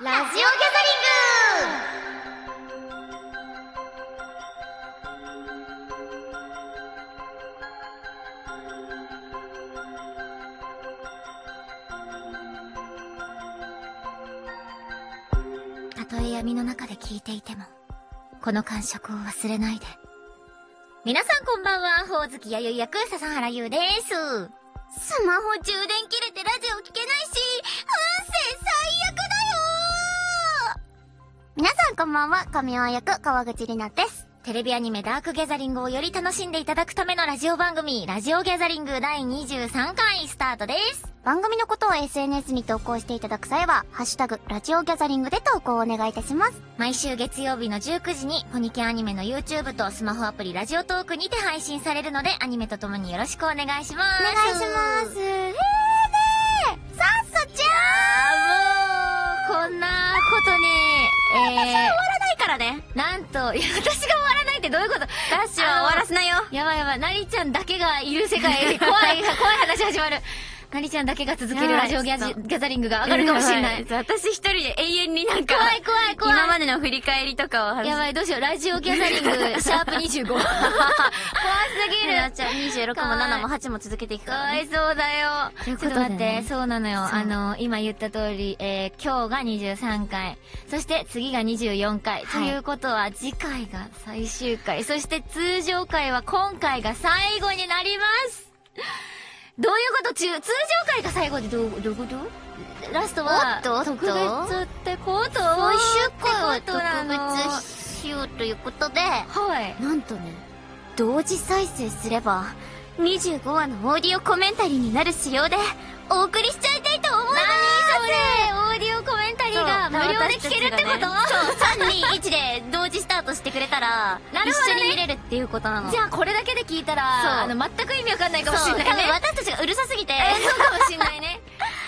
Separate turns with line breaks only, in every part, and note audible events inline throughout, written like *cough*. ラジオギャザリングたとえ闇の中で聞いていても、この感触を忘れないで。皆さんこんばんは、ほおずきやゆい役、笹原優です。スマホ充電切れてラジオ聞けないし、運勢最悪だよ皆さんこんばんは、神尾役、川口里奈です。テレビアニメダークギャザリングをより楽しんでいただくためのラジオ番組、ラジオギャザリング第23回スタートです。
番組のことを SNS に投稿していただく際は、ハッシュタグ、ラジオギャザリングで投稿をお願いいたします。
毎週月曜日の19時に、フォニキャンアニメの YouTube とスマホアプリラジオトークにて配信されるので、アニメとともによろしくお願いします。
お願いします。えーねーさっそち
あーもう、こんなことに、えー、私は
ゃんからね。
なんと、いや、私が終わらないってどういうこと
ダッシュは終わらせなよ。
やばいやばい、なりちゃんだけがいる世
*laughs*
界、怖い、怖い話始まる。なりちゃんだけが続けるラジオギャジ
やばいちょっ
ギャザリングが上がるかもしれ
*laughs*
ない。
やば私一人で永遠になんか、
怖い怖い怖い。
今までの振り返りとかを話
やばい、どうしよう。ラジオギャザリング、 *laughs* シャープ25。怖すぎ
な
る。
っちゃん26も7も8も続けていく
か
から
わ
ね。
いそうだよ。
というこ
ちょ
と
っと
で
待
ね
って、そうなのよ。
そう
あの、今言った通り、えー、今日が23回、そして次が24回、
はい
ということは次回が最終回、そして通常回は今回が最後になります。どういうこと中、通常回が最後でどう、どういうことラストは、
おっとおっ
特
と
別ってこと
最終回
ってことなの
は特別しようということで、
はい。
なんとね、同時再生すれば、25話のオーディオコメンタリーになる仕様で、お送りしちゃいたいと思うのに
何それオーディオコメンタリーが無料で聞けるってこと、
そう、3、2、1で同時スタートしてくれたら、
なるほどね
一緒に見れるっていうことなの。
じ
ゃ
ゃあこれだけで聞いた
そう
ら、あの、全く意味わかんないかもしれない
多分 *laughs*
ね。
私たちがうるさすぎて。
えそう
*laughs*
かもしんないね。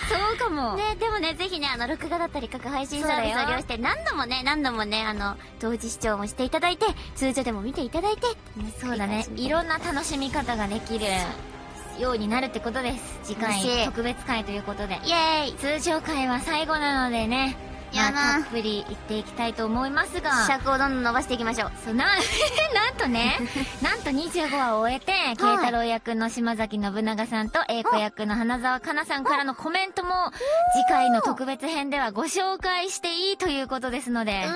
そうかも。
ね、でもね、ぜひね、あの、録画だったり、各配信サービス
そうだ
を
よ
利用して、何度もね、何度もね、あの、同時視聴もしていただいて、通常でも見ていただいて、
そうだね。いろんな楽しみ方ができるようになるってことです。次
楽し
回、
い
特別会ということで。
イェーイ
通常会は最後なのでね、
や
まあ
な
たっぷり行っていきたいと思いますが、
尺をどんどん伸ばしていきましょう。
そうなん *laughs* なんと
*laughs*
ね、なんと25話を終えて、慶太郎役の島崎信長さんと、英子役の花澤香菜さんからのコメントも、次回の特別編ではご紹介していいということですので
うわ、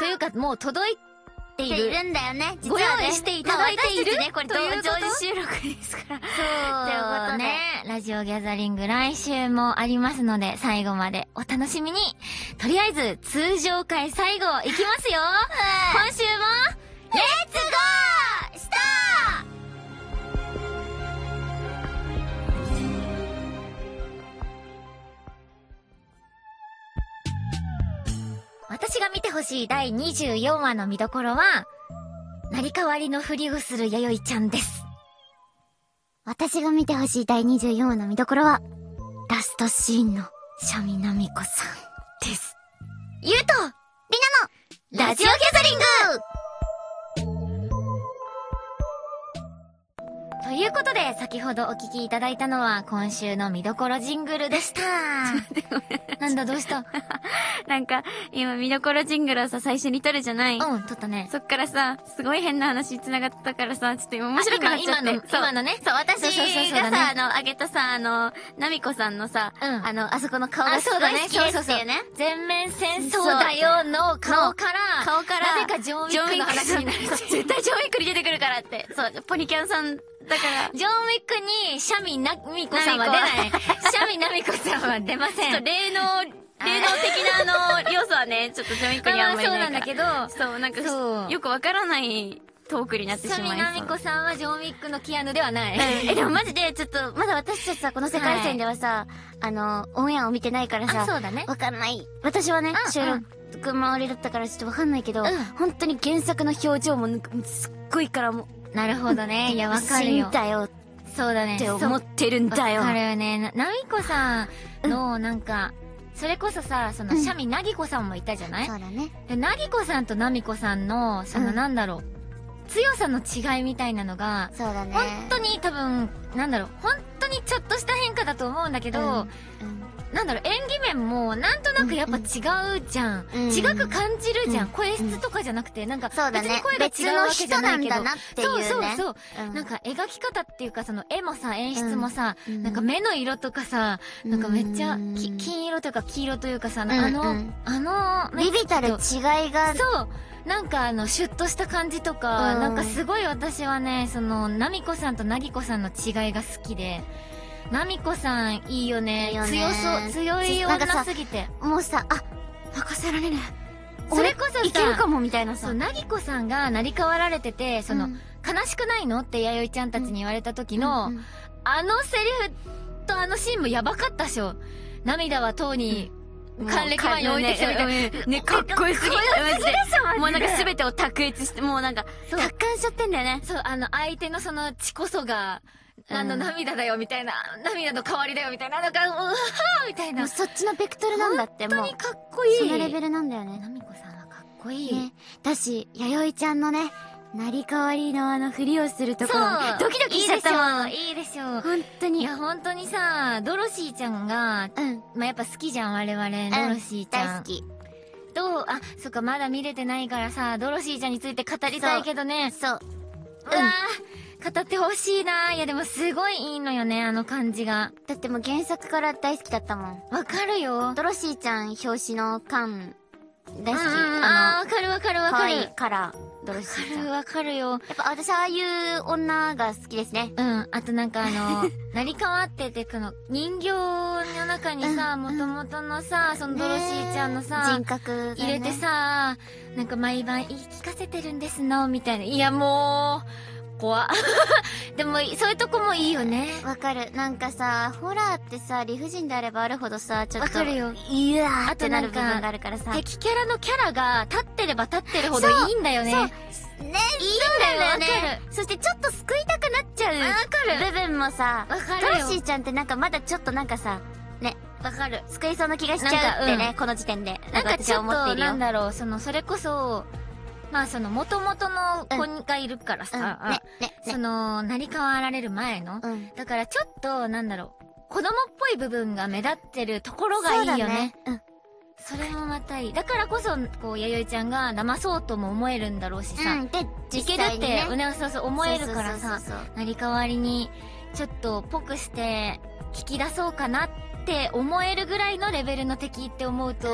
というかもう届いて
っ
い
てい
る。
るんだよね。実
ご用
はね
意していただいている
まあ私たちね、これ、
ということ
同時収録ですか
そ
ら。ということ
う
で
ね。ラジオギャザリング来週もありますので、最後までお楽しみに。とりあえず、通常回最後いきますよ。今週も、レッツゴースター私が見てほしい第24話の見どころは、成り代わりのふりをする弥生ちゃんです。
私が見てほしい第24話の見どころは、ラストシーンのシャミナミコさんです。
ゆうとりなのラジオギャザリングということで、先ほどお聞きいただいたのは、今週の見どころジングルでした。なんだ、どうした
*laughs* なんか、今、見どころジングルをさ、最初に撮るじゃない、
うん、撮ったね。
そっからさ、すごい変な話に繋がったからさ、ちょっと今面白くなっちゃっ
あ
て。
今今の、今のね。
そう、私
そうそうそうそう
が
だ
さ、
ね
あの、あげたさ、あの、ナミコさんのさ、
うん
あの、あそこの顔
あ、
がす
そ
ご
う
い
だね。
好き
そう
です
そう
って
そう
いうね。。
全面戦争だよの顔から、
顔から、
なぜかジョンウィックの話になる。
ジョンウィック絶対ジョンウィックに出てくるからって。そう、ポニキャンさんだから、
ジョンウィックに、シャミナミコさんは出ない。シャミナミコさんは出ません。
ちょっと霊能、霊能的なあの、要素はね、ちょ *laughs* っとジョンウィックに
ま
は
あ
あん
ま
まり
あそう
ない
な
か
ん
ら
だ。けど、
そう、なん
そう
か、よくわからないトークになってし
サ
まいそう。
ミナミコさんはジョンウィックのキアヌではない。
え、でもマジで、ちょっと、まだ私たちさ、この世界線ではさ、あの、オンエアを見てないから
あ、
さ、
そうだね。
わかんない。私はね
うん、
収録周りだったからちょっとわかんないけど
うん、
本当に原作の表情も、なんかすっごいからもう、
なるほど *laughs* ね。いや、わかる
死ん
よ。
だよっ
そうだね。
て思ってるんだよ
わ。かるよね。なナミコさんの、なんか、それこそさ、その、
うん
シャミナギコさんもいたじゃない
そうだね。
で、ナギコさんとナミコさんの、そうの、
ん
なんだろう、強さの違いみたいなのが、
そうだね。
本当に多分、なんだろう、本当にちょっとした変化だと思うんだけど、
うん
なんだろう、演技面も、なんとなくやっぱ違うじゃん。
うんうん
違く感じるじゃん。
うん
声質とかじゃなくて、なんか、
そうだ
別に
ね
声。が
別
違うわ
の
けじ
人
ゃな
ないん
けど。
だなっていうね。
そうそうそう。
うん
なんか描き方っていうかその絵もさ演出もさ、
うん
なんか目の色とかさ、
うん
なんかめっちゃ
うん
き金色というか黄色というかさ、
ん
あの、
うん
あの
ビビたる違
そう
いが、
なんかあのシュッとした感じとか、
うん
なんかすごい私はねそのナミコさんとナギコさんの違いが好きでナミコさんいいよね
いいよね
強そう強い
なんかさ
女すぎて
もうさ、あ、任せられねえ。
それこそさ
いけるかもみたいな
そ
さ
う。ナギコさんが成り代わられててその、
うん
悲しくないのって弥生ちゃんたちに言われた時の、
うんうん
あのセリフとあのシーンもやばかったっしょ。涙はとうに、還暦前に置いてきたみたいな。
な。ね、かっこよすぎ。マジで。もうなんか全てを卓越して、もうなんか、
そう
達観しちゃってんだよね。
そう、あの、相手のその血こそが、あの
うん
涙だよ、みたいな、涙の代わりだよ、みたいなのが、うわーみたい
も
な。
う
本
そっちのベクトルなんだって、
当
もう
に。かっこいい。
そのレベルなんだよね。
なみこさんはかっこいい。
ね。だし、弥生ちゃんのね、成り代わりのあのふりをするところ、ドキドキしちゃったもん。
いいでしょう。いいでしょう。
本当
い
に。
や、本当にさ、ドロシーちゃんが、
うん。
まあ、やっぱ好きじゃん、我々、ドロシーちゃん。
大好き。
どうあ、そっか、まだ見れてないからさ、ドロシーちゃんについて語りたいけどね。
そう。
うわー語ってほしいなーいや、でもすごいいいのよね、あの感じが。
だってもう原作から大好きだったもん。
わかるよ。
ドロシーちゃん表紙の缶、
うんう
大好き。
ん
あ
あーわかるわかる
の、
わ
可
かる。
愛い
わ
カラー、ドロシーち
か
ゃん。
る
やっ
わかるよ。
ぱ私ああいう女が好きですね。
うん。あとなんかあ
*laughs*
の、成り代わってて、この人形の中にさ、
うんう
元
ん
々のさ、そのドロシーちゃんのさ
人、格が、ね、
入れてさ、なんか毎晩言い聞かせてるんですの、みたいな。いや、もう、怖 *laughs* でも、そういうとこもいいよね。
わかる。なんかさ、ホラーってさ、理不尽であればあるほどさ、ちょっと。
わかるよ
いやー
あ
っ
と
て
な
なん
か
る部分があるからさ。
敵キャラのキャラが立ってれば立ってるほどいいんだよね。
そう
わ
ね、いいんだよ
そうなのわ
ね。そしてちょっと救いたくなっちゃう。
わかる
部分もさ、
か
ド
る
ロシ
よ
ー。ちゃんってなんかまだちょっとなんかさ、ね、
わかる。
救いそうな気がしちゃうって
なんか
ね、この時点で。
なんか
私
ちょ
は
っ
思って
と、
いるよ
なんだろう、その、それこそ、まあその、元々の子がいるから
うん
さ、
ね、ね、
そ
ね。
の、成り代わられる前の。
うん。
だからちょっと、なんだろう、子供っぽい部分が目立ってるところがいいよね。
そうだね。
それもまたいい。だからこそ、こう、弥生ちゃんが騙そうとも思えるんだろうし
うん。う
さ、
ん。で、
いけ
実
るっ
際に
て、う
ね。
ね、そうそう思えるからさ、
そうそうそう
なり代わりに、ちょっとぽくして、聞き出そうかなって思えるぐらいのレベルの敵って思う
そう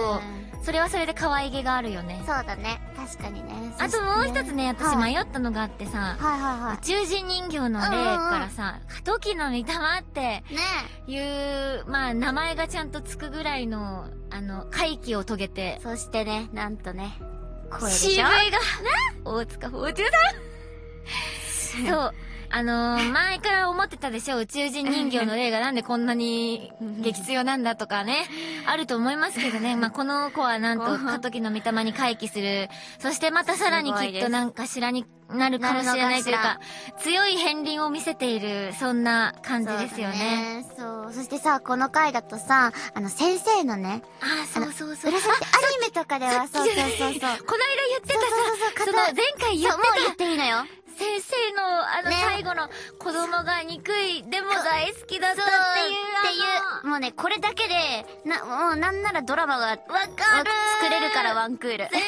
と、それはそれで可愛げがあるよね
うん。そうだね。確かにね。
あともう一つね、私
はい
迷ったのがあってさ、
はいはいは
宇宙人人形の例からさ、時の御霊って
い。ね
いう、まあ名前がちゃんとつくぐらいの、あの、回帰を遂げて、
そしてね、なんとね、声で
渋い
しょ
が、大塚宝中
*laughs*
さんそう。あのー前から思ってたでしょ宇宙人人形の霊がなんでこんなに激強なんだとかね、あると思いますけどね。まあ、この子はなんと、過渡期の御霊に回帰する。そしてまたさらにきっとなんかしらになるかもしれないというか、強い片鱗を見せている、そんな感じですよね。
そうだねそう。そしてさ、この回だとさ、あの、先生のね、
ああ、そうそうそう。
裏
こ
先ってアニメとかでは、
さ
そ
っ
う
き
そう
*laughs*
そうそ
の
う。
間言ってたさ、
そうそうそうそう
その前回言
そ
っ
う、も
て
う
た
言っていいのよ。
先生のあの
ね
最後の子供が憎い、でも大好きだったっていう
っていう、もうね、これだけで、な、もうなんならドラマが、わか
あのわかる
作れるからワンクール。
先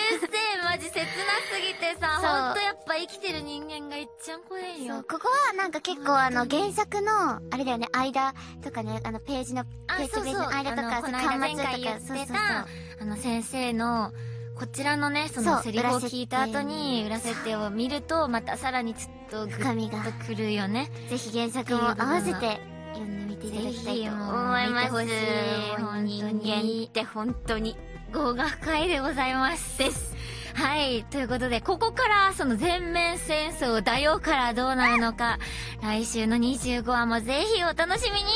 生マジ切なすぎてさ
そう
ほんとやっぱ生きてる人間がいっちゃん怖い
そう
よ
ここはなんか結構あの原作のあれだよね間とかねあのページのペ
あ
ージ
そ
と
う
ペー
そ
ジ
う
の間と
あ
か
のこの
そう
間前回言
巻
っ
末とか
てたあの先生のこちらのねその
そう
セリフを
裏設定
聞いた後に裏設定を見るとまたさらにちょっとグ
深
ッ
みが
とくるよね
ぜひ原作も合わせて読んでみていただきたいと思います
ぜひもう見てほしい
人間って本当に
語が深いでございます。です。はい。ということで、ここから、その全面戦争、大王からどうなるのか、来週の25話もぜひお楽しみに